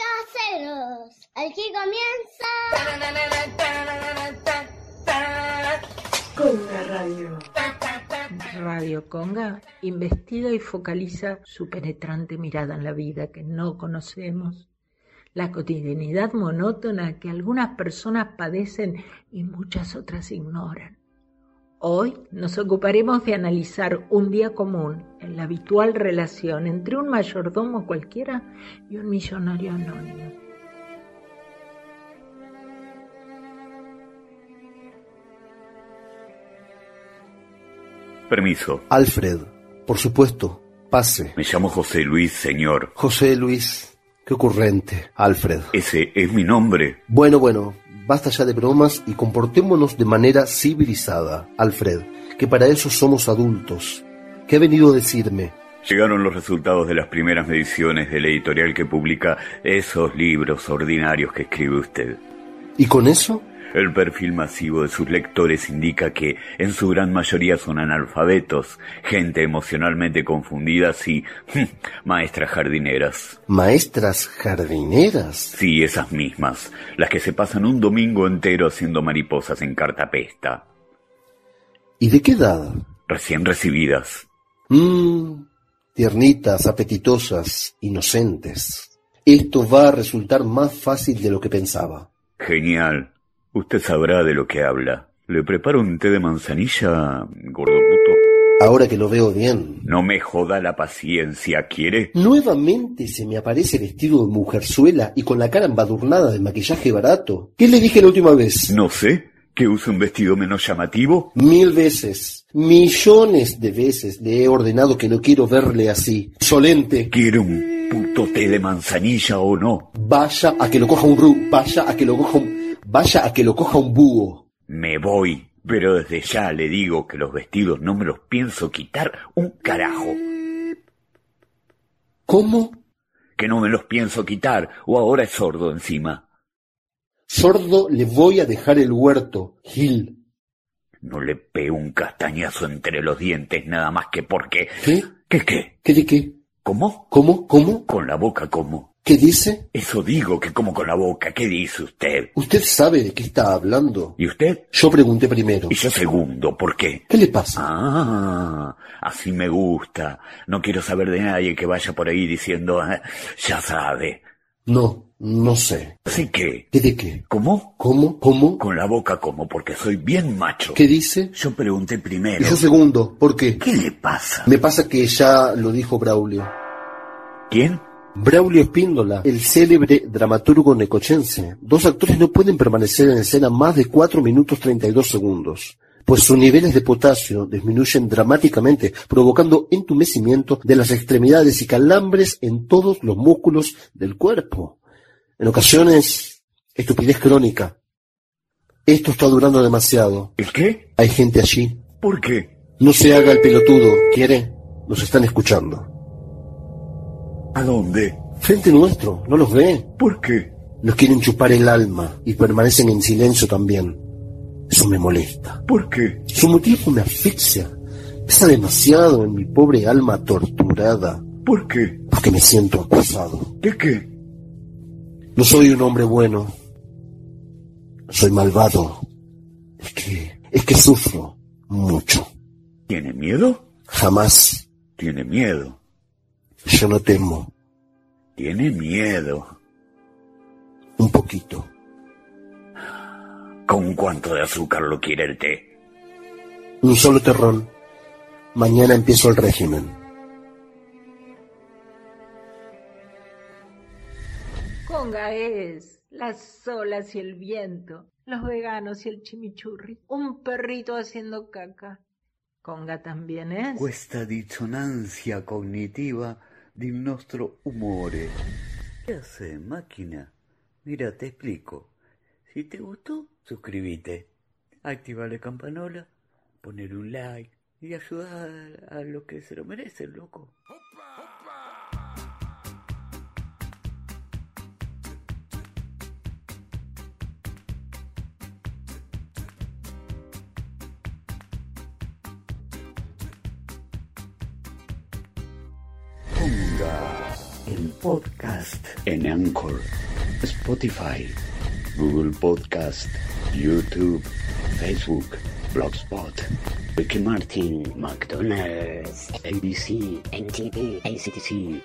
caseros. Aquí comienza. Conga Radio. Radio Conga investiga y focaliza su penetrante mirada en la vida que no conocemos, la cotidianidad monótona que algunas personas padecen y muchas otras ignoran. Hoy nos ocuparemos de analizar un día común en la habitual relación entre un mayordomo cualquiera y un millonario anónimo. Permiso. Alfred, por supuesto, pase. Me llamo José Luis, señor. José Luis, qué ocurrente. Alfred. Ese es mi nombre. Bueno, bueno, basta ya de bromas y comportémonos de manera civilizada, Alfred, que para eso somos adultos. ¿Qué ha venido a decirme? Llegaron los resultados de las primeras mediciones de la editorial que publica esos libros ordinarios que escribe usted. ¿Y con eso? El perfil masivo de sus lectores indica que en su gran mayoría son analfabetos, gente emocionalmente confundida y maestras jardineras. Maestras jardineras. Sí, esas mismas, las que se pasan un domingo entero haciendo mariposas en cartapesta, ¿Y de qué edad? recién recibidas. Mmm, tiernitas, apetitosas, inocentes. Esto va a resultar más fácil de lo que pensaba. Genial. Usted sabrá de lo que habla. ¿Le preparo un té de manzanilla, gordoputo? Ahora que lo veo bien. No me joda la paciencia, ¿quiere? Nuevamente se me aparece vestido de mujerzuela y con la cara embadurnada de maquillaje barato. ¿Qué le dije la última vez? No sé, que use un vestido menos llamativo. Mil veces, millones de veces le he ordenado que no quiero verle así. Solente, ¿Quiere un puto té de manzanilla o no? vaya a que lo coja un ru, vaya a que lo coja un, vaya a que lo coja un búho. Me voy, pero desde ya le digo que los vestidos no me los pienso quitar un carajo. ¿Cómo? Que no me los pienso quitar, o ahora es sordo encima. Sordo le voy a dejar el huerto, Gil. No le pego un castañazo entre los dientes nada más que porque... ¿Qué? ¿Qué qué? ¿Qué de qué? ¿Cómo? ¿Cómo? ¿Cómo? Con la boca como. ¿Qué dice? Eso digo que como con la boca. ¿Qué dice usted? ¿Usted sabe de qué está hablando? ¿Y usted? Yo pregunté primero. Y yo segundo. ¿Por qué? ¿Qué le pasa? Ah, así me gusta. No quiero saber de nadie que vaya por ahí diciendo, "Ah, ya sabe. No, no sé. Así que, ¿Qué de qué? ¿cómo? ¿Cómo? ¿Cómo? Con la boca como, porque soy bien macho. ¿Qué dice? Yo pregunté Y primero. yo segundo, ¿por qué? ¿Qué le pasa? Me pasa que ya lo dijo Braulio. ¿Quién? Braulio Espíndola, el célebre dramaturgo necochense. Dos actores no pueden permanecer en escena más de 4 minutos 32 segundos, pues sus niveles de potasio disminuyen dramáticamente, provocando entumecimiento de las extremidades y calambres en todos los músculos del cuerpo. En ocasiones, estupidez crónica. Esto está durando demasiado. ¿El qué? Hay gente allí. ¿Por qué? No se haga el pelotudo, ¿quiere? Nos están escuchando. ¿A dónde? Frente nuestro, ¿no los ve? ¿Por qué? Nos quieren chupar el alma y permanecen en silencio también. Eso me molesta. ¿Por qué? Su motivo me asfixia. Pesa demasiado en mi pobre alma torturada ¿Por qué? porque me siento acosado. ¿De qué? No soy un hombre bueno. Soy malvado. Es que, es que sufro mucho. ¿Tiene miedo? Jamás. Tiene miedo. Yo no temo. Tiene miedo. Un poquito. ¿Con cuánto de azúcar lo quiere el té? Un solo terrón. Mañana empiezo el régimen. Conga es las olas y el viento, los veganos y el chimichurri, un perrito haciendo caca. Conga también es. questa dissonanza cognitiva del nostro umore. ¿Qué hace, máquina? Mira, te explico. Si te gustó, suscríbete, activa la campanola, poner un like y ayudar a, a los que se lo merecen, loco. Conga. el podcast en Anchor, Spotify, Google Podcast, YouTube, Facebook, Blogspot, Ricky Martin, McDonald's, ABC, NTV, ACTC.